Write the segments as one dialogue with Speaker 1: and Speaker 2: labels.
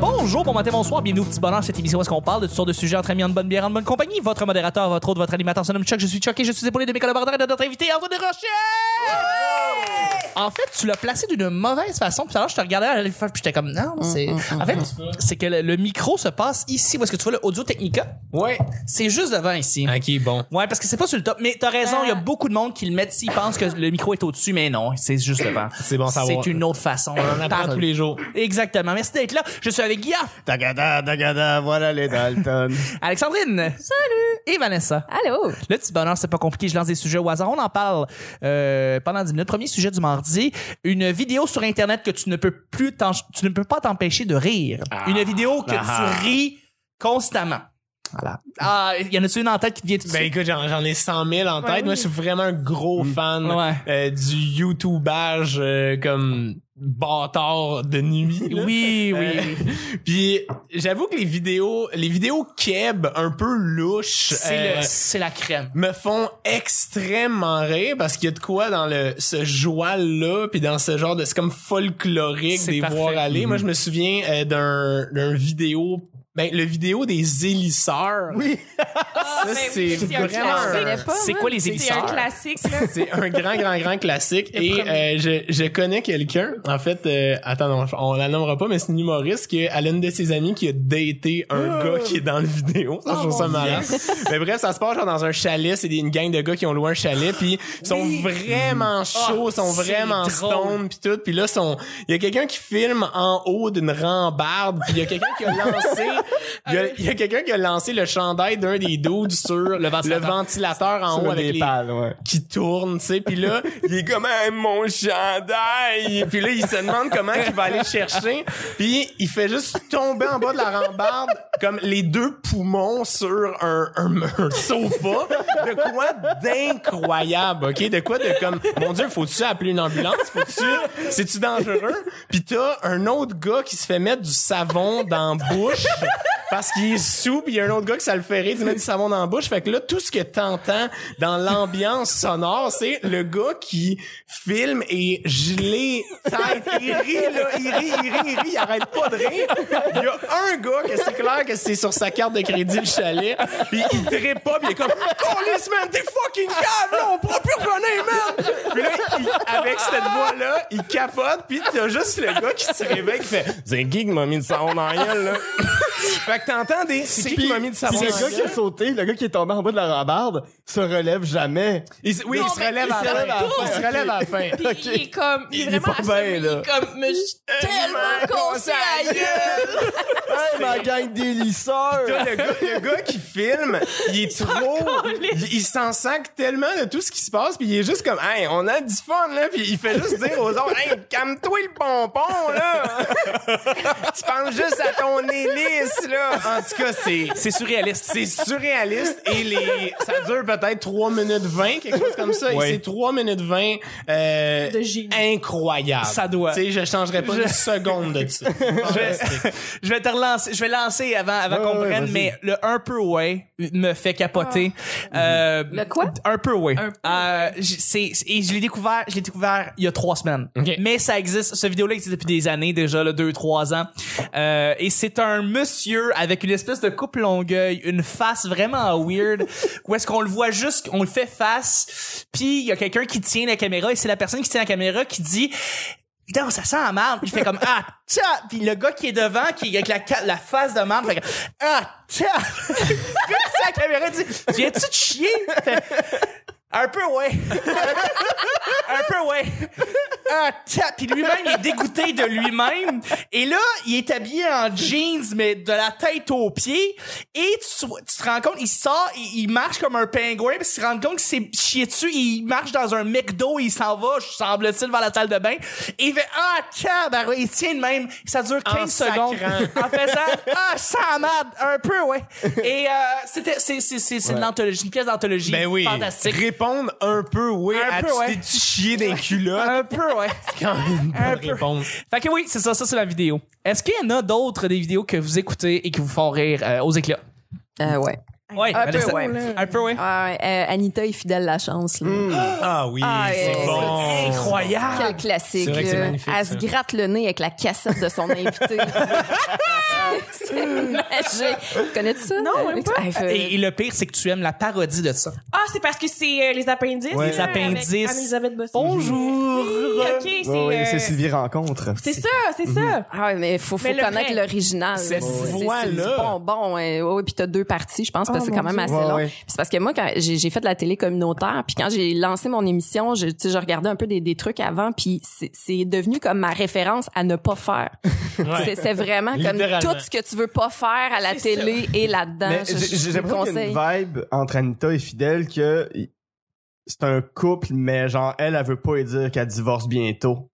Speaker 1: Bonjour, bon matin, bonsoir, bienvenue au Petit Bonheur, cette émission où est-ce qu'on parle de toutes sortes de sujets entre amis, en bonne bière, en bonne compagnie. Votre modérateur, votre hôte, votre animateur, son nom Chuck, je suis Chuck et je suis épaulé de mes collaborateurs et de notre invité, Antoine Desrochers! En fait, tu l'as placé d'une mauvaise façon, puis tout à l'heure, je te regardais à la fois, puis j'étais comme, non, c'est... En fait, c'est que le, le micro se passe ici, où est-ce que tu vois le Audio Technica?
Speaker 2: Ouais.
Speaker 1: C'est juste devant ici.
Speaker 2: Ok, bon.
Speaker 1: Ouais, parce que c'est pas sur le top. Mais t'as raison, il y a beaucoup de monde qui le mettent s'ils pensent que le micro est au-dessus, mais non, c'est juste devant.
Speaker 2: C'est bon à savoir.
Speaker 1: C'est une autre façon.
Speaker 2: On en apprend tous les jours.
Speaker 1: Exactement. Merci d'être là. Je suis avec Guilla,
Speaker 3: Tagada, tagada, voilà les Dalton.
Speaker 1: Alexandrine. Salut. Et Vanessa.
Speaker 4: Allô?
Speaker 1: Le petit bonheur, c'est pas compliqué. Je lance des sujets au hasard. On en parle euh, pendant 10 minutes. Premier sujet du mardi. Une vidéo sur Internet que tu ne peux plus t'en- tu ne peux pas t'empêcher de rire. une vidéo que
Speaker 2: Ah.
Speaker 1: tu ris constamment.
Speaker 3: Voilà.
Speaker 1: Ah, il y en a-tu une en tête qui te vient tout de
Speaker 2: Ben
Speaker 1: suite?
Speaker 2: écoute, j'en, j'en ai 100 000 en tête.
Speaker 4: Ouais, oui.
Speaker 2: Moi, je suis vraiment un gros
Speaker 3: Mm.
Speaker 2: fan
Speaker 1: Ouais.
Speaker 2: euh, du YouTubeage euh, comme bâtard de nuit. là.
Speaker 1: Oui, oui,
Speaker 2: Euh,
Speaker 1: oui.
Speaker 2: Puis j'avoue que les vidéos, les vidéos keb un peu louches.
Speaker 1: C'est
Speaker 2: euh,
Speaker 1: le- c'est la crème.
Speaker 2: me font extrêmement rire parce qu'il y a de quoi dans le ce joie là puis dans ce genre de c'est comme folklorique
Speaker 1: C'est
Speaker 2: des
Speaker 1: parfait.
Speaker 2: voir aller moi je me souviens euh, d'un d'un vidéo ben le vidéo des élisseurs oui ça
Speaker 4: ben oui,
Speaker 2: c'est
Speaker 4: c'est
Speaker 2: vraiment
Speaker 4: un classique.
Speaker 2: un-
Speaker 4: Pas,
Speaker 1: euh, C'est
Speaker 4: moi,
Speaker 1: quoi les
Speaker 4: C'est
Speaker 1: émissaires?
Speaker 4: un classique, là.
Speaker 2: c'est un grand grand grand classique
Speaker 4: Le
Speaker 2: et
Speaker 4: premier.
Speaker 2: euh, je, je connais quelqu'un en fait euh, attends non, on la nommera pas mais c'est une humoriste qui a l'une de ses amies qui a daté un gars qui est dans la vidéo Ça, je trouve ça marrant mais bref ça se passe genre dans un chalet c'est des- une gang de gars qui ont loué un chalet puis ils sont vraiment chauds sont
Speaker 1: c'est
Speaker 2: vraiment
Speaker 1: drôle.
Speaker 2: stone puis tout puis là sont il y a quelqu'un qui filme en haut d'une rambarde puis il y a quelqu'un qui a lancé il y a, il y a quelqu'un qui a lancé le chandail d'un des dudes sur le ventilateur, en haut
Speaker 3: Sur
Speaker 2: avec
Speaker 3: des
Speaker 2: les,
Speaker 3: pales, ouais.
Speaker 2: qui tourne, tu sais, puis là, il est comme Ah, mon chandail, puis là il se demande comment il va aller le chercher, puis il fait juste tomber en bas de la rambarde comme les deux poumons sur un, un- un sofa, de quoi d'incroyable, ok, de quoi de comme mon Dieu, faut-tu appeler une ambulance, faut-tu, c'est-tu dangereux, puis t'as un autre gars qui se fait mettre du savon dans la bouche. Parce qu'il est sous, puis il y a un autre gars qui ça le fait rire, il met du savon dans la bouche. Fait que là, tout ce que t'entends dans l'ambiance sonore, c'est le gars qui filme et gelé tête. Il rit, là, il rit, il rit, il rit, il arrête pas de rire. Il y a un gars que c'est clair que c'est sur sa carte de crédit, le chalet, puis il trippe pas, puis il est comme « Colis, man, t'es fucking cave, là, on pourra plus revenir, man! » Puis là, il- avec cette voix-là, il capote, puis t'as juste le gars qui se réveille, qui fait « C'est qui qui m'a mis du savon dans la gueule, là? » Fait que t'entends des. C'est qui qui m'a mis de savon
Speaker 3: Puis
Speaker 2: dans
Speaker 3: le
Speaker 2: la
Speaker 3: gars qui a
Speaker 2: gueule?
Speaker 3: sauté, le gars qui est tombé en bas de la rambarde, se relève jamais.
Speaker 2: Il se- Oui, il se relève à
Speaker 3: il se relève
Speaker 2: la fin.
Speaker 3: à la
Speaker 2: Il
Speaker 3: fin.
Speaker 2: se relève à la fin.
Speaker 4: Puis il est comme, il est
Speaker 3: Il est
Speaker 4: vraiment
Speaker 3: pas
Speaker 4: assommé,
Speaker 3: bien, là.
Speaker 4: il est comme, me suis tellement cassé à gueule.
Speaker 3: Hey, ma gang des lisseurs!
Speaker 2: Toi, le, gars, le gars qui filme, il est trop. Il, il s'en sac tellement de tout ce qui se passe, puis il est juste comme, hey, on a du fun, là, puis il fait juste dire aux autres, hey, calme-toi le pompon, là! tu penses juste à ton hélice, là! En tout cas, c'est.
Speaker 1: C'est surréaliste.
Speaker 2: C'est surréaliste et les ça dure peut-être 3 minutes 20 quelque chose comme ça
Speaker 3: Oui.
Speaker 2: et c'est 3 minutes 20 euh,
Speaker 4: De génie.
Speaker 2: incroyable.
Speaker 1: Ça doit.
Speaker 2: Tu sais je changerais pas une seconde de ça.
Speaker 1: je, je vais te relancer, je vais lancer avant, avant
Speaker 3: Ouais,
Speaker 1: qu'on
Speaker 3: ouais,
Speaker 1: prenne,
Speaker 3: vas-y.
Speaker 1: mais le un peu ouais me fait capoter.
Speaker 2: Ah.
Speaker 1: Euh,
Speaker 4: Le quoi?
Speaker 1: Un peu ouais.
Speaker 4: Un peu
Speaker 1: Euh, j- c'est et je l'ai découvert, je l'ai découvert il y a trois semaines.
Speaker 2: Ok.
Speaker 1: Mais ça existe, ce vidéo-là existe depuis des années déjà, là, deux trois ans. Euh, et c'est un monsieur avec une espèce de coupe longueuil, une face vraiment weird, où est-ce qu'on le voit juste, on le fait face, puis il y a quelqu'un qui tient la caméra et c'est la personne qui tient la caméra qui dit Putain, ça sent la merde. Puis il fait comme ah tcha, puis le gars qui est devant qui est avec la ca- la face de merde fait comme ah tcha. le gars qui tient la caméra dit viens-tu te chier Fait, un peu ouais. un peu ouais. Ah tcha. puis lui-même il est dégoûté de lui-même et là il est habillé en jeans mais de la tête aux pieds et tu, tu te rends compte il sort il, il marche comme un pingouin puis tu te rends compte que c'est chié dessus il marche dans un McDo il s'en va semble-t-il vers la salle de bain et il fait ah tabarouette il tient de même ça dure 15
Speaker 2: sacrant.
Speaker 1: secondes en faisant ah ça mad un peu ouais et euh, c'était c'est c'est c'est c'est une anthologie une pièce d'anthologie
Speaker 2: Ben oui.
Speaker 1: fantastique
Speaker 2: Répondre un peu oui
Speaker 1: Un
Speaker 2: à
Speaker 1: peu,
Speaker 2: tu
Speaker 1: ouais.
Speaker 2: t'es-tu chié des culottes
Speaker 1: un peu ouais
Speaker 2: quand une bonne
Speaker 1: Un peu.
Speaker 2: réponse.
Speaker 1: Fait que oui, c'est ça, ça c'est la vidéo. Est-ce qu'il y en a d'autres des vidéos que vous écoutez et qui vous font rire euh, aux éclats?
Speaker 4: Euh, ouais.
Speaker 1: Ouais,
Speaker 4: Un peu,
Speaker 1: Vanessa-
Speaker 4: ouais.
Speaker 1: Un peu, ouais.
Speaker 4: Ah, ouais, euh, Anita est fidèle la chance. là.
Speaker 2: Ah oui,
Speaker 4: Ah,
Speaker 2: c'est
Speaker 4: euh,
Speaker 2: bon.
Speaker 1: Incroyable.
Speaker 4: Quel classique.
Speaker 2: C'est vrai que c'est
Speaker 4: là.
Speaker 2: magnifique,
Speaker 4: Elle
Speaker 2: ça.
Speaker 4: se gratte le nez avec la cassette de son invité. c'est magique. Connais-tu ça?
Speaker 5: Non, même pas.
Speaker 4: Ah, fait-
Speaker 1: Et, et le pire, c'est que tu aimes la parodie de ça.
Speaker 5: Ah, c'est parce que c'est euh, les appendices.
Speaker 3: Ouais.
Speaker 5: là,
Speaker 1: Les appendices.
Speaker 5: avec Anne-Elisabeth Bossé.
Speaker 1: Bonjour.
Speaker 5: Oui, ok, c'est.
Speaker 3: Ouais, ouais, c'est
Speaker 5: euh,
Speaker 3: Sylvie Rencontre.
Speaker 5: c'est ça, c'est
Speaker 1: Mhm.
Speaker 5: ça.
Speaker 4: Ah oui, mais faut, faut
Speaker 5: Mais le
Speaker 4: connaître
Speaker 5: vrai.
Speaker 4: l'original.
Speaker 1: Cette
Speaker 2: voix-là.
Speaker 4: Bon, bon, ouais, ouais, puis t'as deux parties, je pense, parce que
Speaker 5: Oh,
Speaker 4: c'est quand même assez
Speaker 3: Ouais,
Speaker 4: long.
Speaker 3: ouais.
Speaker 4: Puis C'est parce que moi, quand j'ai j'ai fait de la télé communautaire, puis quand j'ai lancé mon émission, je, tu sais, je regardais un peu des, des trucs avant, puis c'est- c'est devenu comme ma référence à ne pas faire. C'est- C'est vraiment comme
Speaker 2: Littéralement.
Speaker 4: tout ce que tu veux pas faire à la
Speaker 5: C'est
Speaker 4: télé et là-dedans.
Speaker 3: Mais
Speaker 4: Je- je-
Speaker 3: j'ai j'ai
Speaker 4: je le
Speaker 3: l'impression qu'il y a une vibe entre Anita et Fidèle que y- c'est un couple, mais genre, elle, elle veut pas lui dire qu'elle divorce bientôt.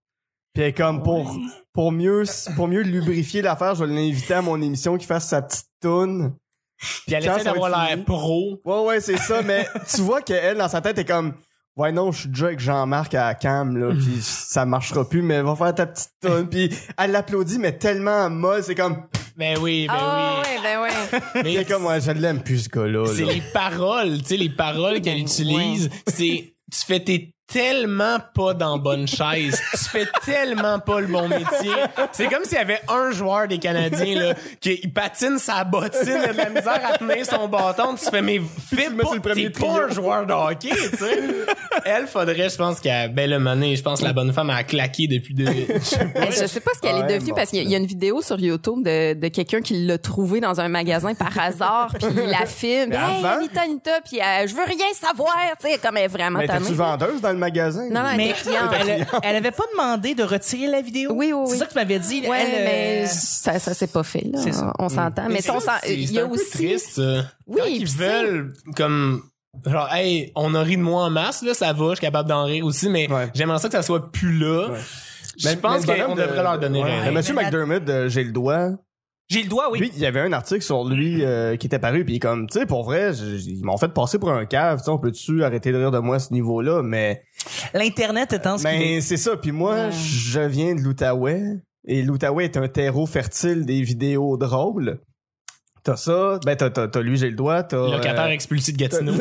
Speaker 3: Puis elle est
Speaker 4: Ah
Speaker 3: comme, pour, pour mieux, pour mieux lubrifier l'affaire, je vais l'inviter à mon émission qui fasse sa petite toune.
Speaker 2: Puis elle essaie
Speaker 3: Quand ça va être
Speaker 2: d'avoir l'air
Speaker 3: fini?
Speaker 2: pro.
Speaker 3: Ouais, ouais, c'est ça, mais tu vois qu'elle, dans sa tête, est comme, ouais, non, je suis déjà avec Jean-Marc à Cam,
Speaker 4: Mm.
Speaker 3: là, pis ça marchera plus, mais va faire ta petite toune. Puis elle l'applaudit, mais tellement molle, c'est comme,
Speaker 2: Ben oui, ben
Speaker 4: Ah
Speaker 2: oui.
Speaker 4: ouais, ben ouais.
Speaker 2: Mais
Speaker 3: elle est comme, ouais, je l'aime plus, ce gars-là.
Speaker 2: c'est
Speaker 3: là.
Speaker 2: les paroles, tu sais, les paroles
Speaker 4: Ben
Speaker 2: qu'elle utilise, c'est tu fais tes tellement pas dans bonne chaise. Tu fais tellement pas le bon métier. C'est comme s'il y avait un joueur des Canadiens là, qui il patine sa bottine, il a de la misère à tenir son bâton. Tu fais, mais fais
Speaker 3: le mets
Speaker 2: pas,
Speaker 3: sur le premier
Speaker 2: t'es
Speaker 3: trio.
Speaker 2: pas un joueur de hockey, tu sais. Elle, faudrait, je pense qu'elle, ben le mané, je pense que la bonne femme a claqué depuis deux... je sais pas.
Speaker 4: Mais je sais pas ce qu'elle
Speaker 3: Ouais,
Speaker 4: est devenue
Speaker 3: bon,
Speaker 4: parce qu'il y a- il y a une vidéo sur YouTube de, de quelqu'un qui l'a trouvée dans un magasin par hasard puis il la filme.
Speaker 3: Mais
Speaker 4: Hey,
Speaker 3: avant-
Speaker 4: Anita, Anita, puis euh, je veux rien savoir, tu sais, comme elle est vraiment
Speaker 3: Mais t'es-tu
Speaker 4: tannée.
Speaker 3: vendeuse dans le magasin?
Speaker 4: Non, non, elle
Speaker 1: Mais
Speaker 4: était cliente.
Speaker 1: elle, elle avait pas demandé de retirer la vidéo.
Speaker 4: Oui, oui, oui.
Speaker 1: C'est ça que tu m'avais dit.
Speaker 4: Ouais,
Speaker 1: elle,
Speaker 4: mais
Speaker 1: euh,
Speaker 4: ça, ça s'est pas fait, là.
Speaker 1: C'est ça.
Speaker 4: On s'entend. Mais
Speaker 2: ça,
Speaker 4: on s'en-
Speaker 2: c'est-
Speaker 4: il
Speaker 2: c'est
Speaker 4: y
Speaker 2: un
Speaker 4: a
Speaker 2: peu
Speaker 4: aussi.
Speaker 2: triste. ça.
Speaker 4: Oui,
Speaker 2: Quand ils
Speaker 4: puis
Speaker 2: veulent comme genre hey, on a ri de moi en masse là, ça va, je suis capable d'en rire aussi mais
Speaker 3: Ouais.
Speaker 2: j'aimerais ça que ça soit plus là.
Speaker 3: Ouais.
Speaker 2: Je pense qu'on devrait leur donner
Speaker 3: ouais,
Speaker 2: raison.
Speaker 3: Le monsieur
Speaker 1: Mais la-
Speaker 3: McDermott, de j'ai le doigt.
Speaker 1: J'ai le doigt, oui.
Speaker 3: Lui, il y avait un article sur lui euh, qui était paru, puis comme, tu sais, pour vrai, j- j- ils m'ont fait passer pour un cave, tu sais, on peut-tu arrêter de rire de moi à ce niveau-là, mais...
Speaker 1: L'Internet étant ce qu'il est.
Speaker 3: Mais c'est ça, puis moi,
Speaker 4: Ouais.
Speaker 3: je viens de l'Outaouais, et l'Outaouais est un terreau fertile des vidéos drôles. T'as ça, ben t'as, t'as, t'as lui, j'ai le doigt, t'as... euh,
Speaker 2: Locataire expulsé de
Speaker 3: t'as-
Speaker 2: Gatineau.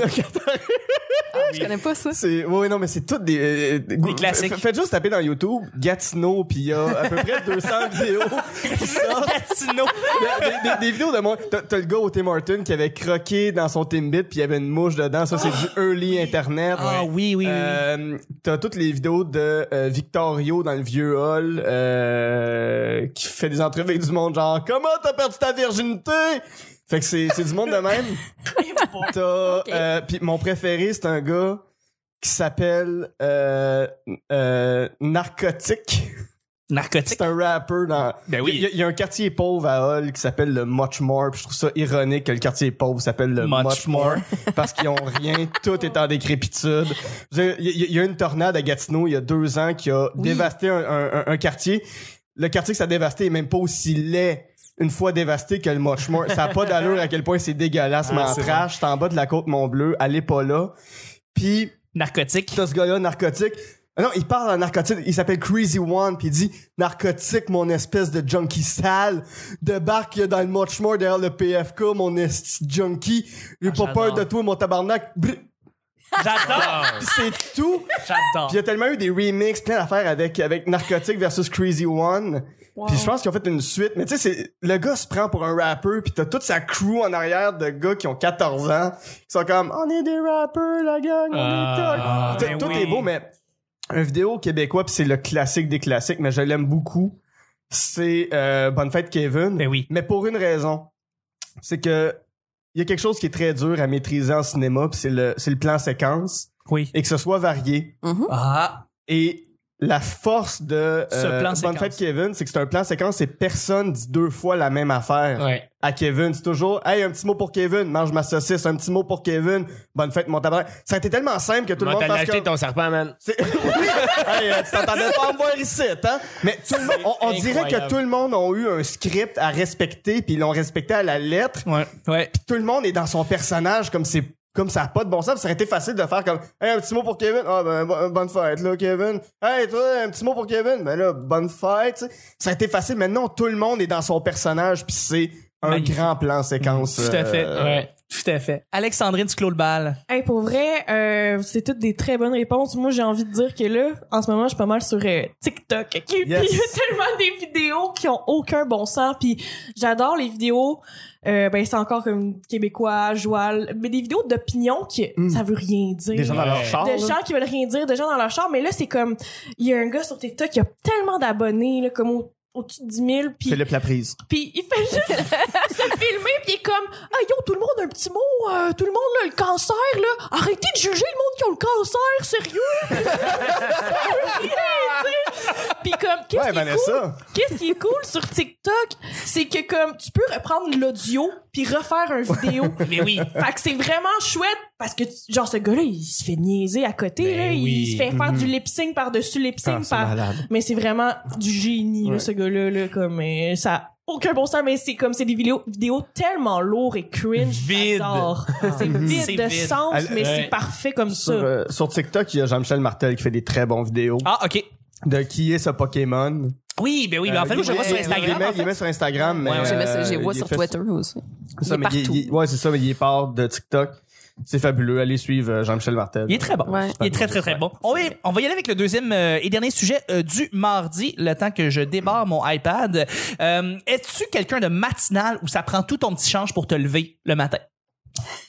Speaker 4: Je connais pas ça.
Speaker 3: C'est oui non mais c'est toutes des, euh, go-
Speaker 1: classiques.
Speaker 3: f- Faites juste taper dans YouTube Gatineau puis il y a à peu près 200 vidéos qui sortent.
Speaker 1: Gatineau.
Speaker 3: Des, des- des vidéos de moi. T'as t'as le gars au Tim Hortons qui avait croqué dans son Timbit puis il y avait une mouche dedans. Ça c'est du early internet.
Speaker 1: Ah oui, oui, oui.
Speaker 3: Euh, T'as toutes les vidéos de euh, Victorio dans le vieux hall euh, qui fait des entrevues avec du monde genre comment t'as perdu ta virginité. Fait que c'est c'est du monde de même. T'as euh, puis mon préféré c'est un gars qui s'appelle euh, euh, Narcotique.
Speaker 1: Narcotique.
Speaker 3: C'est un rapper dans.
Speaker 2: Ben oui.
Speaker 3: Il y, a- il y a un quartier pauvre à Hull qui s'appelle le Muchmore. Puis je trouve ça ironique que le quartier pauvre s'appelle le
Speaker 1: Muchmore.
Speaker 3: Muchmore parce qu'ils ont rien. Tout est en décrépitude. Je veux dire, Il y, a- il y a une tornade à Gatineau il y a deux ans qui a dévasté un, un- un- un quartier. Le quartier que ça a dévasté est même pas aussi laid une fois dévasté que le Muchmore. Ça a pas d'allure à quel point c'est dégueulasse, mais en trash. C'est en bas de la côte Mont-Bleu. Allez pas là. Puis
Speaker 1: Narcotique.
Speaker 3: T'as ce gars-là, narcotique. Ah non, il parle en narcotique. Il s'appelle Crazy One, puis il dit Narcotique, mon espèce de junkie sale. Débarque dans le Muchmore derrière le PFK, mon esti de junkie. J'ai pas
Speaker 1: j'adore.
Speaker 3: peur de toi, mon tabarnak. Brr.
Speaker 1: J'adore.
Speaker 3: Puis c'est tout.
Speaker 1: J'adore.
Speaker 3: Puis il y a tellement eu des remixes, plein d'affaires avec, avec Narcotique versus Crazy One. Puis je pense qu'ils ont fait une suite. Mais tu sais, c'est- le gars se prend pour un rappeur, puis t'as toute sa crew en arrière de gars qui ont 14 ans, qui sont comme « On est des rappeurs, la gang, on
Speaker 2: Ah,
Speaker 3: est tough.
Speaker 1: ben
Speaker 3: Tout tout
Speaker 1: oui.
Speaker 3: est beau, mais un vidéo québécois, puis c'est le classique des classiques, mais je l'aime beaucoup, c'est euh, Bonne fête Kevin ».
Speaker 1: Ben oui.
Speaker 3: Mais pour une raison, c'est que il y a quelque chose qui est très dur à maîtriser en cinéma, puis c'est le, c'est le plan séquence,
Speaker 1: Oui.
Speaker 3: et que ce soit varié.
Speaker 1: Ah.
Speaker 3: Et la force de euh,
Speaker 1: Ce plan
Speaker 3: Bonne
Speaker 1: séquence.
Speaker 3: Fête Kevin, c'est que c'est un plan séquence et personne dit deux fois la même affaire
Speaker 2: Ouais.
Speaker 3: à Kevin. C'est toujours Hey, un petit mot pour Kevin, mange ma saucisse, un petit mot pour Kevin, bonne fête, mon tabac. Ça a été tellement simple que tout le
Speaker 2: Moi,
Speaker 3: monde
Speaker 2: t'as
Speaker 3: fasse
Speaker 2: acheté
Speaker 3: comme...
Speaker 2: ton serpent man.
Speaker 3: C'est- Oui. Hey, euh, tu t'entendais pas me voir ici, hein? Mais tout le monde- on, on dirait
Speaker 2: incroyable.
Speaker 3: que tout le monde a eu un script à respecter, puis ils l'ont respecté à la lettre.
Speaker 1: Ouais. Ouais.
Speaker 3: Tout le monde est dans son personnage comme c'est comme ça a pas de bon sens. Ça aurait été facile de faire comme hey, un petit mot pour Kevin. Ah ben bo- bonne fête là Kevin. Hey toi un petit mot pour Kevin. Ben là bonne fête. tu sais. Ça aurait été facile. Maintenant tout le monde est dans son personnage puis c'est un
Speaker 1: Magnifique.
Speaker 3: grand plan séquence.
Speaker 1: Tout à fait.
Speaker 3: euh,
Speaker 2: Ouais.
Speaker 1: Tout à fait. Alexandrine, tu clôt le bal.
Speaker 5: Hey, pour vrai, euh, c'est toutes des très bonnes réponses. Moi, j'ai envie de dire que là, en ce moment, je suis pas mal sur euh, TikTok. ok? Puis il y a tellement des vidéos qui ont aucun bon sens. Puis j'adore les vidéos. euh, ben c'est encore comme québécois, joual, mais des vidéos d'opinion qui ça veut rien dire.
Speaker 3: Hmm. Des gens dans leur char.
Speaker 5: de
Speaker 3: là.
Speaker 5: gens qui veulent rien dire, de gens dans leur char, mais là, c'est comme, il y a un gars sur TikTok qui a tellement d'abonnés, là, comme au- au-dessus de 10 000, puis
Speaker 3: Philippe Laprise.
Speaker 5: puis il fait juste se filmer, puis il est comme « Ah yo, tout le monde a un petit mot, euh, tout le monde là, le cancer, là, arrêtez de juger le monde qui a le cancer, sérieux! » Ça veut rien dire. Puis comme, qu'est-ce
Speaker 3: Ouais,
Speaker 5: qui est
Speaker 3: Vanessa.
Speaker 5: cool, qu'est-ce qui est cool sur TikTok, c'est que comme, tu peux reprendre l'audio, puis refaire un vidéo.
Speaker 1: Mais oui.
Speaker 5: Fait que c'est vraiment chouette, parce que, tu- genre, ce gars-là, il se fait niaiser à côté,
Speaker 1: Ben
Speaker 5: là,
Speaker 1: oui.
Speaker 5: il se fait faire du lip-sync par-dessus lip-sync,
Speaker 3: Ah, c'est
Speaker 5: par...
Speaker 3: malade.
Speaker 5: Mais c'est vraiment du génie, là, ce gars-là, là, comme, euh, ça a aucun bon sens, mais c'est comme, c'est des vidéos, vidéos tellement lourdes et cringe.
Speaker 1: Vide.
Speaker 5: j'adore. C'est vide
Speaker 1: C'est
Speaker 5: de
Speaker 1: vide.
Speaker 5: sens,
Speaker 3: Elle-
Speaker 5: mais
Speaker 1: ouais.
Speaker 5: c'est parfait comme ça.
Speaker 3: Sur, euh, sur TikTok, il y a Jean-Michel Martel qui fait des très bons vidéos
Speaker 1: Ah, OK.
Speaker 3: de qui est ce Pokémon. Euh,
Speaker 1: Oui, ben oui. Ben en fait, moi, je
Speaker 3: Il
Speaker 1: vois
Speaker 3: met-
Speaker 1: sur
Speaker 3: Il
Speaker 1: Instagram.
Speaker 3: met,
Speaker 1: en fait.
Speaker 3: il met sur Instagram, mais.
Speaker 1: Ouais, ouais.
Speaker 4: J'aimais ça,
Speaker 3: euh,
Speaker 4: j'ai vois
Speaker 3: il
Speaker 4: sur
Speaker 3: fait
Speaker 4: Twitter aussi.
Speaker 3: ça,
Speaker 4: Il est
Speaker 3: mais il-
Speaker 4: partout.
Speaker 3: il- ouais, c'est ça, mais il est part de TikTok. C'est fabuleux. Allez suivre euh, Jean-Michel Martel.
Speaker 1: Il est très bon.
Speaker 4: Ouais.
Speaker 1: Il est très, très, très bon. On va, on va y aller avec le deuxième euh, et dernier sujet euh, du mardi, le temps que je débarre mon iPad. Euh, Es-tu quelqu'un de matinal où ça prend tout ton petit change pour te lever le matin?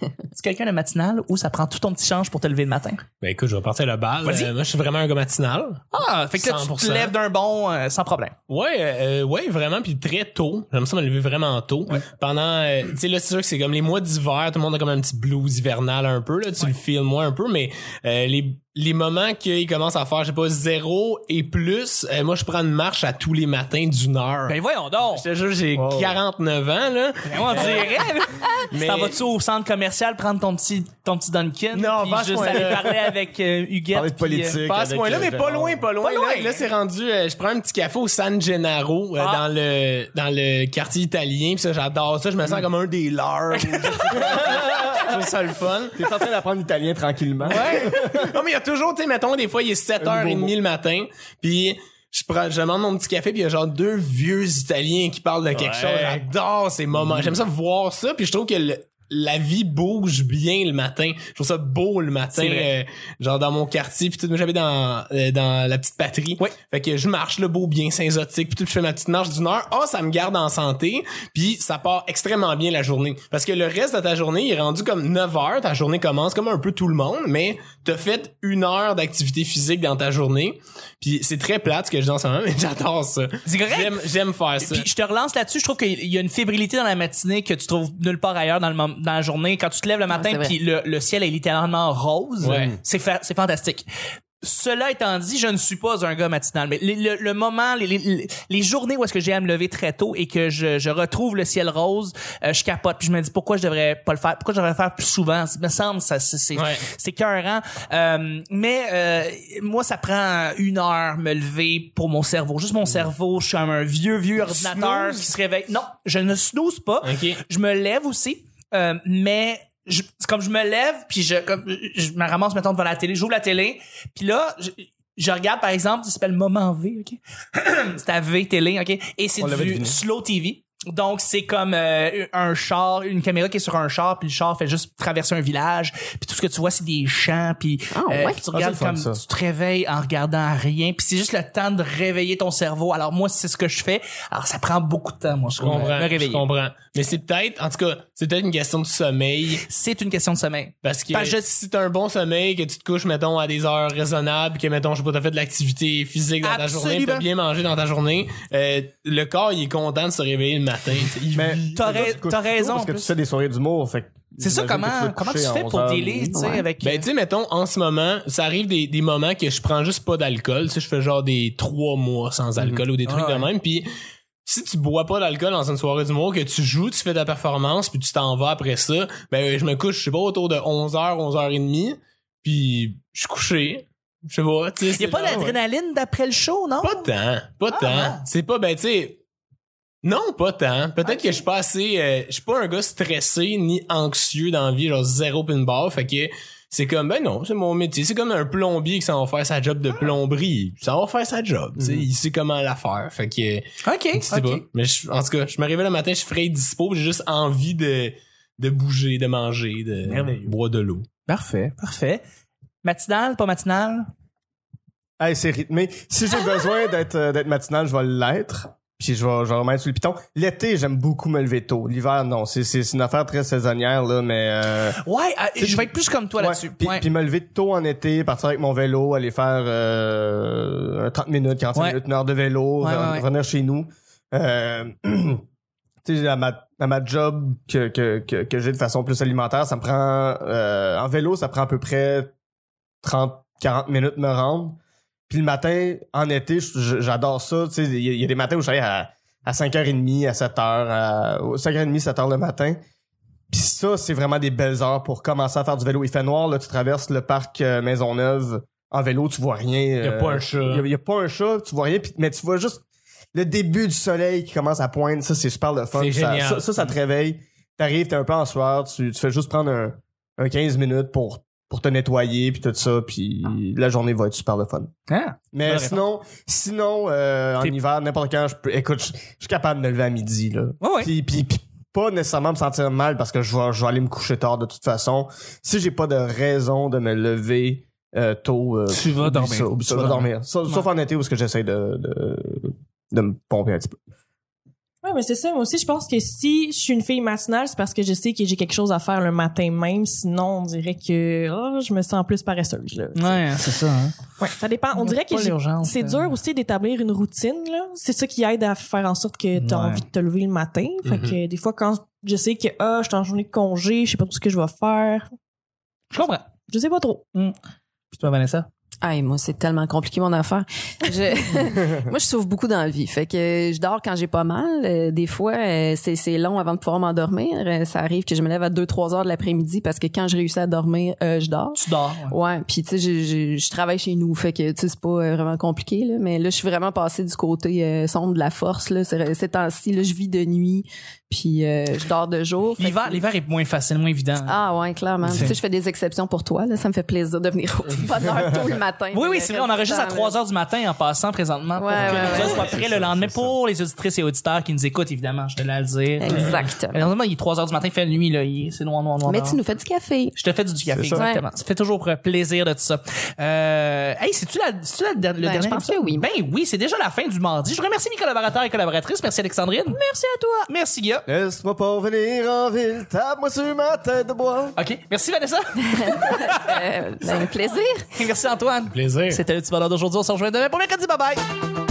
Speaker 1: Es-tu quelqu'un de matinal où ça prend tout ton petit change pour te lever le matin?
Speaker 2: Ben écoute, je vais partir le bal.
Speaker 1: Vas-y.
Speaker 2: Euh, moi, je suis vraiment un gars matinal.
Speaker 1: Ah, fait que là, tu te
Speaker 2: 100%.
Speaker 1: lèves d'un bon euh, sans problème.
Speaker 2: Ouais, euh, ouais, vraiment, puis très tôt. J'aime ça me lever vraiment tôt. Pendant, euh, tu sais, là, c'est sûr que c'est comme les mois d'hiver, tout le monde a comme un petit blues hivernal un peu, là, tu le filmes moi un peu, mais euh, les, les moments qu'ils commencent à faire, je sais pas, zéro et plus, euh, moi, je prends une marche à tous les matins d'une heure.
Speaker 1: Ben voyons donc!
Speaker 2: je te jure, j'ai
Speaker 3: Wow.
Speaker 2: 49 ans, là.
Speaker 1: Ben, on dirait! là.
Speaker 2: Mais-
Speaker 1: T'en vas-tu au centre commercial prendre ton petit, ton petit Dunkin?
Speaker 2: Non,
Speaker 1: puis
Speaker 2: pas à ce
Speaker 1: juste
Speaker 2: point-là.
Speaker 1: aller parler avec euh, Huguette.
Speaker 3: Parler de
Speaker 1: puis, euh,
Speaker 3: politique.
Speaker 2: Pas à ce
Speaker 3: avec,
Speaker 2: point-là,
Speaker 3: euh,
Speaker 2: mais pas
Speaker 3: Gérard.
Speaker 2: loin, pas loin.
Speaker 1: Pas loin.
Speaker 2: Là, là, c'est rendu, euh, je prends un petit café au San Gennaro euh,
Speaker 1: Ah.
Speaker 2: dans, le, dans le quartier italien. Puis ça, j'adore ça. Je me sens comme un des leurs. Je trouve ça le fun.
Speaker 3: T'es en train d'apprendre l'italien tranquillement.
Speaker 2: Ouais. non, mais il y a toujours, tu sais, mettons, des fois, il est
Speaker 3: nouveau
Speaker 2: 7h30 le matin. Puis je prends, je demande mon petit café, puis il y a genre deux vieux Italiens qui parlent de quelque chose. J'adore ces moments. J'aime ça voir ça, puis je trouve que le- la vie bouge bien le matin. Je trouve ça beau le matin,
Speaker 1: C'est vrai.
Speaker 2: euh, genre dans mon quartier, puis tout. Moi, j'habite dans euh, dans la petite patrie.
Speaker 1: Oui.
Speaker 2: Fait que je marche le beau bien Saint-Zotique, puis tout. Je fais ma petite marche d'une heure. Ah, ça me garde en santé, puis ça part extrêmement bien la journée. Parce que le reste de ta journée il est rendu comme 9 heures. Ta journée commence comme un peu tout le monde, mais t'as fait une heure d'activité physique dans ta journée. Puis c'est très plate ce que je dis en ce moment, mais j'adore ça.
Speaker 1: C'est correct.
Speaker 2: J'aime j'aime faire ça.
Speaker 1: Puis je te relance là-dessus, je trouve qu'il y a une fébrilité dans la matinée que tu trouves nulle part ailleurs dans, le mom- dans la journée. Quand tu te lèves le matin
Speaker 4: c'est vrai.
Speaker 1: puis le, le ciel est littéralement rose,
Speaker 2: Ouais.
Speaker 1: c'est fa- c'est fantastique. Cela étant dit, je ne suis pas un gars matinal, mais le, le- le moment, les, les- les journées où est-ce que j'ai à me lever très tôt et que je, je retrouve le ciel rose, euh, je capote puis je me dis pourquoi je devrais pas le faire, pourquoi je devrais le faire plus souvent. Ça me semble ça c'est c'est
Speaker 2: Ouais.
Speaker 1: c'est écœurant. Euh, mais euh, moi ça prend une heure me lever pour mon cerveau, juste
Speaker 2: Mm.
Speaker 1: mon cerveau. Je suis un, un vieux vieux ordinateur
Speaker 2: snoozes?
Speaker 1: qui se réveille. Non, je ne snooze pas.
Speaker 2: Ok.
Speaker 1: Je me lève aussi, euh, mais je, c'est comme je me lève, puis je, comme, je me ramasse, mettons, devant la télé, j'ouvre la télé, puis là, je, je regarde, par exemple, ça s'appelle Moment V, OK? c'est à V télé, OK? Et c'est
Speaker 3: On l'avait
Speaker 1: du
Speaker 3: deviné.
Speaker 1: slow TV. Donc, c'est comme euh, un char, une caméra qui est sur un char, puis le char fait juste traverser un village, puis tout ce que tu vois, c'est des champs, puis euh,
Speaker 4: Ah, ouais.
Speaker 1: puis tu regardes
Speaker 3: c'est le
Speaker 1: comme
Speaker 3: fun, ça.
Speaker 1: tu te réveilles en regardant rien, puis c'est juste le temps de réveiller ton cerveau. Alors, moi, c'est ce que je fais. Alors, ça prend beaucoup de temps, moi, je
Speaker 2: Je comprends,
Speaker 1: trouve, me
Speaker 2: je
Speaker 1: réveiller.
Speaker 2: comprends. Mais c'est peut-être, en tout cas, c'est peut-être une question de sommeil.
Speaker 1: C'est une question de sommeil.
Speaker 2: Parce que
Speaker 1: Parce que je-
Speaker 2: si t'as un bon sommeil, que tu te couches, mettons, à des heures raisonnables, que, mettons, je sais pas, t'as fait de l'activité physique dans
Speaker 1: Absolument.
Speaker 2: ta journée, t'as bien mangé dans ta journée, euh, le corps, il est content de se réveiller le matin. Il-
Speaker 3: Mais
Speaker 1: T'as
Speaker 3: toi,
Speaker 1: rai-
Speaker 3: tu couches
Speaker 1: t'as
Speaker 3: plus tôt
Speaker 1: raison, en
Speaker 3: Parce que tu
Speaker 1: plus.
Speaker 3: fais des soirées d'humour. fait que
Speaker 1: C'est ça,
Speaker 3: j'imagine que
Speaker 1: comment,
Speaker 3: vas te
Speaker 1: comment tu
Speaker 3: coucher à
Speaker 1: fais
Speaker 3: 11
Speaker 1: pour
Speaker 3: heures
Speaker 1: dealer, tu sais,
Speaker 4: Ouais.
Speaker 1: avec... euh,
Speaker 2: Ben, tu sais, mettons, en ce moment, ça arrive des, des moments que je prends juste pas d'alcool. Tu sais, je fais genre des trois mois sans alcool ou des trucs
Speaker 1: Ah ouais.
Speaker 2: de même. Puis, si tu bois pas d'alcool dans une soirée d'humour, que tu joues, tu fais ta performance, puis tu t'en vas après ça, ben, je me couche, je sais pas, autour de 11h, 11h30, puis je suis couché. Je sais pas, tu sais.
Speaker 1: Il y
Speaker 2: c'est
Speaker 1: a pas
Speaker 2: genre, ouais.
Speaker 1: d'adrénaline d'après le show, non?
Speaker 2: Pas tant, pas
Speaker 1: Ah.
Speaker 2: tant. C'est pas, ben, tu sais. Non, pas tant. Peut-être que je suis pas assez, euh, je suis pas un gars stressé ni anxieux dans la vie, genre zéro pin barre. Fait que c'est comme, ben non, c'est mon métier. C'est comme un plombier qui s'en va faire sa job de plomberie. Ça va faire sa job, tu sais. Il sait comment la faire. Fait que,
Speaker 1: OK,
Speaker 2: je sais
Speaker 1: OK.
Speaker 2: pas. Mais je- en tout cas, je me réveille le matin, je suis frais et dispo, j'ai juste envie de,
Speaker 6: de bouger, de manger, de
Speaker 1: Merveilleux.
Speaker 6: boire de l'eau.
Speaker 1: Parfait, parfait. Matinale, pas matinale?
Speaker 3: Hey, c'est rythmé. Si j'ai besoin d'être euh, d'être matinal, je vais l'être. Puis je vais, je vais remettre sur le piton. L'été, j'aime beaucoup me lever tôt. L'hiver, non. C'est, c'est, c'est une affaire très saisonnière, là, mais... Euh,
Speaker 1: Ouais, euh, je vais être plus comme toi
Speaker 3: ouais.
Speaker 1: là-dessus.
Speaker 3: Puis,
Speaker 1: Ouais.
Speaker 3: puis me lever tôt en été, partir avec mon vélo, aller faire euh, un 30 minutes, 45
Speaker 1: Ouais.
Speaker 3: minutes, une heure de vélo,
Speaker 1: Ouais,
Speaker 3: re-
Speaker 1: ouais, ouais.
Speaker 3: revenir chez nous. Euh, tu sais, à ma, à ma job que, que, que, que j'ai de façon plus alimentaire, ça me prend... euh, en vélo, ça prend à peu près 30, 40 minutes me rendre. Puis le matin, en été, je- je- j'adore ça. Tu sais, il y, a- il y a des matins où je suis à, à 5h30, à 7h, à 5h30, 7h le matin. Puis ça, c'est vraiment des belles heures pour commencer à faire du vélo. Il fait noir, là, tu traverses le parc euh, Maisonneuve en vélo, tu vois rien.
Speaker 6: Il n'y a
Speaker 3: euh,
Speaker 6: pas un chat.
Speaker 3: il y a- il y a, pas un chat, tu vois rien, puis- mais tu vois juste le début du soleil qui commence à poindre. Ça, c'est super le fun.
Speaker 6: C'est
Speaker 3: ça,
Speaker 6: génial.
Speaker 3: ça, ça, ça te réveille. T'arrives, t'es un peu en sueur, tu, tu fais juste prendre un, un 15 minutes pour, pour te nettoyer, puis tout ça, puis la journée va être super le fun.
Speaker 1: Ah.
Speaker 3: Mais
Speaker 1: Bonne
Speaker 3: sinon, sinon euh, en
Speaker 1: T'es-
Speaker 3: hiver, n'importe quand, je peux, écoute, je, je suis capable de me lever à midi, là.
Speaker 1: Ouais, ouais.
Speaker 3: Puis, puis- puis pas nécessairement me sentir mal parce que je vais, je vais aller me coucher tard de toute façon. Si j'ai pas de raison de me lever euh, tôt, euh,
Speaker 1: Tu vas
Speaker 3: oublie
Speaker 1: dormir.
Speaker 3: ça, oublie
Speaker 1: Tu
Speaker 3: ça,
Speaker 1: vas
Speaker 3: je vais dormir. Sauf,
Speaker 1: Ouais.
Speaker 3: sauf en été où est-ce que j'essaie de, de, de me pomper un petit peu.
Speaker 5: Ouais, mais c'est ça. Moi aussi, je pense que si je suis une fille matinale, c'est parce que je sais que j'ai quelque chose à faire le matin même. Sinon, on dirait que oh, je me sens plus paresseuse. Là, tu sais.
Speaker 1: Ouais, c'est ça. hein.
Speaker 5: Ouais, ça dépend. Ah, On dirait que
Speaker 1: Pas
Speaker 5: j'ai-
Speaker 1: l'urgence,
Speaker 5: c'est
Speaker 1: euh.
Speaker 5: dur aussi d'établir une routine. là. C'est ça qui aide à faire en sorte que tu as
Speaker 1: Ouais. Mm-hmm.
Speaker 5: envie de te lever le matin. Fait que des fois, quand je sais que ah, je suis en journée de congé, je sais pas tout ce que je vais faire,
Speaker 1: Je comprends.
Speaker 5: je sais pas trop.
Speaker 1: Puis toi, Vanessa?
Speaker 4: Ah, et moi, c'est tellement compliqué, mon affaire. Je- moi, je souffre beaucoup dans la vie. Fait que je dors quand j'ai pas mal. Euh, des fois, euh, c'est, c'est long avant de pouvoir m'endormir. Euh, ça arrive que je me lève à 2-3 heures de l'après-midi parce que quand je réussis à dormir, euh, je dors.
Speaker 1: Tu dors. ouais.
Speaker 4: Ouais, puis tu sais, je, je, je travaille chez nous, fait que tu sais, c'est pas euh, vraiment compliqué, là, mais là, je suis vraiment passée du côté euh, sombre de la force, là, C'est- ces temps-ci, là, je vis de nuit, puis euh, je dors de jour. fait
Speaker 1: L'hiver,
Speaker 4: que-
Speaker 1: l'hiver est moins facile, moins évident.
Speaker 4: Ah ouais, clairement.
Speaker 1: C'est-
Speaker 4: Tu sais, je fais des exceptions pour toi, là, ça me fait plaisir de venir au bonne heure tôt le matin.
Speaker 1: Oui, oui, c'est vrai, on enregistre à 3 heures du matin en passant présentement pour
Speaker 4: Ouais,
Speaker 1: que
Speaker 4: ouais,
Speaker 1: l'épisode
Speaker 4: ouais.
Speaker 1: soit prêt le lendemain pour les auditrices et auditeurs qui nous écoutent, évidemment, je te l'ai à le dire.
Speaker 4: Exactement.
Speaker 1: Malheureusement, il est 3 heures du matin, il fait nuit, là. il- C'est noir, noir, noir.
Speaker 4: Mais
Speaker 1: noir.
Speaker 4: tu nous fais du café.
Speaker 1: Je te fais du café,
Speaker 3: C'est ça.
Speaker 1: exactement. Ça fait toujours plaisir de tout ça. Euh, hey, c'est-tu la, c'est-tu la, der- le
Speaker 4: Ben,
Speaker 1: dernier
Speaker 4: je pense
Speaker 1: épisode?
Speaker 4: que oui.
Speaker 1: Ben oui, c'est déjà la fin du mardi. Je remercie mes collaborateurs et collaboratrices. Merci Alexandrine. Merci à toi. Merci Guillaume.
Speaker 3: Laisse-moi pas venir en ville, tape-moi sur ma tête de bois.
Speaker 1: OK. Merci Vanessa.
Speaker 4: Euh, ben, plaisir.
Speaker 1: Et merci Antoine.
Speaker 6: Plaisir.
Speaker 1: C'était le petit bonheur d'aujourd'hui. On se rejoint demain pour mercredi. Bye bye.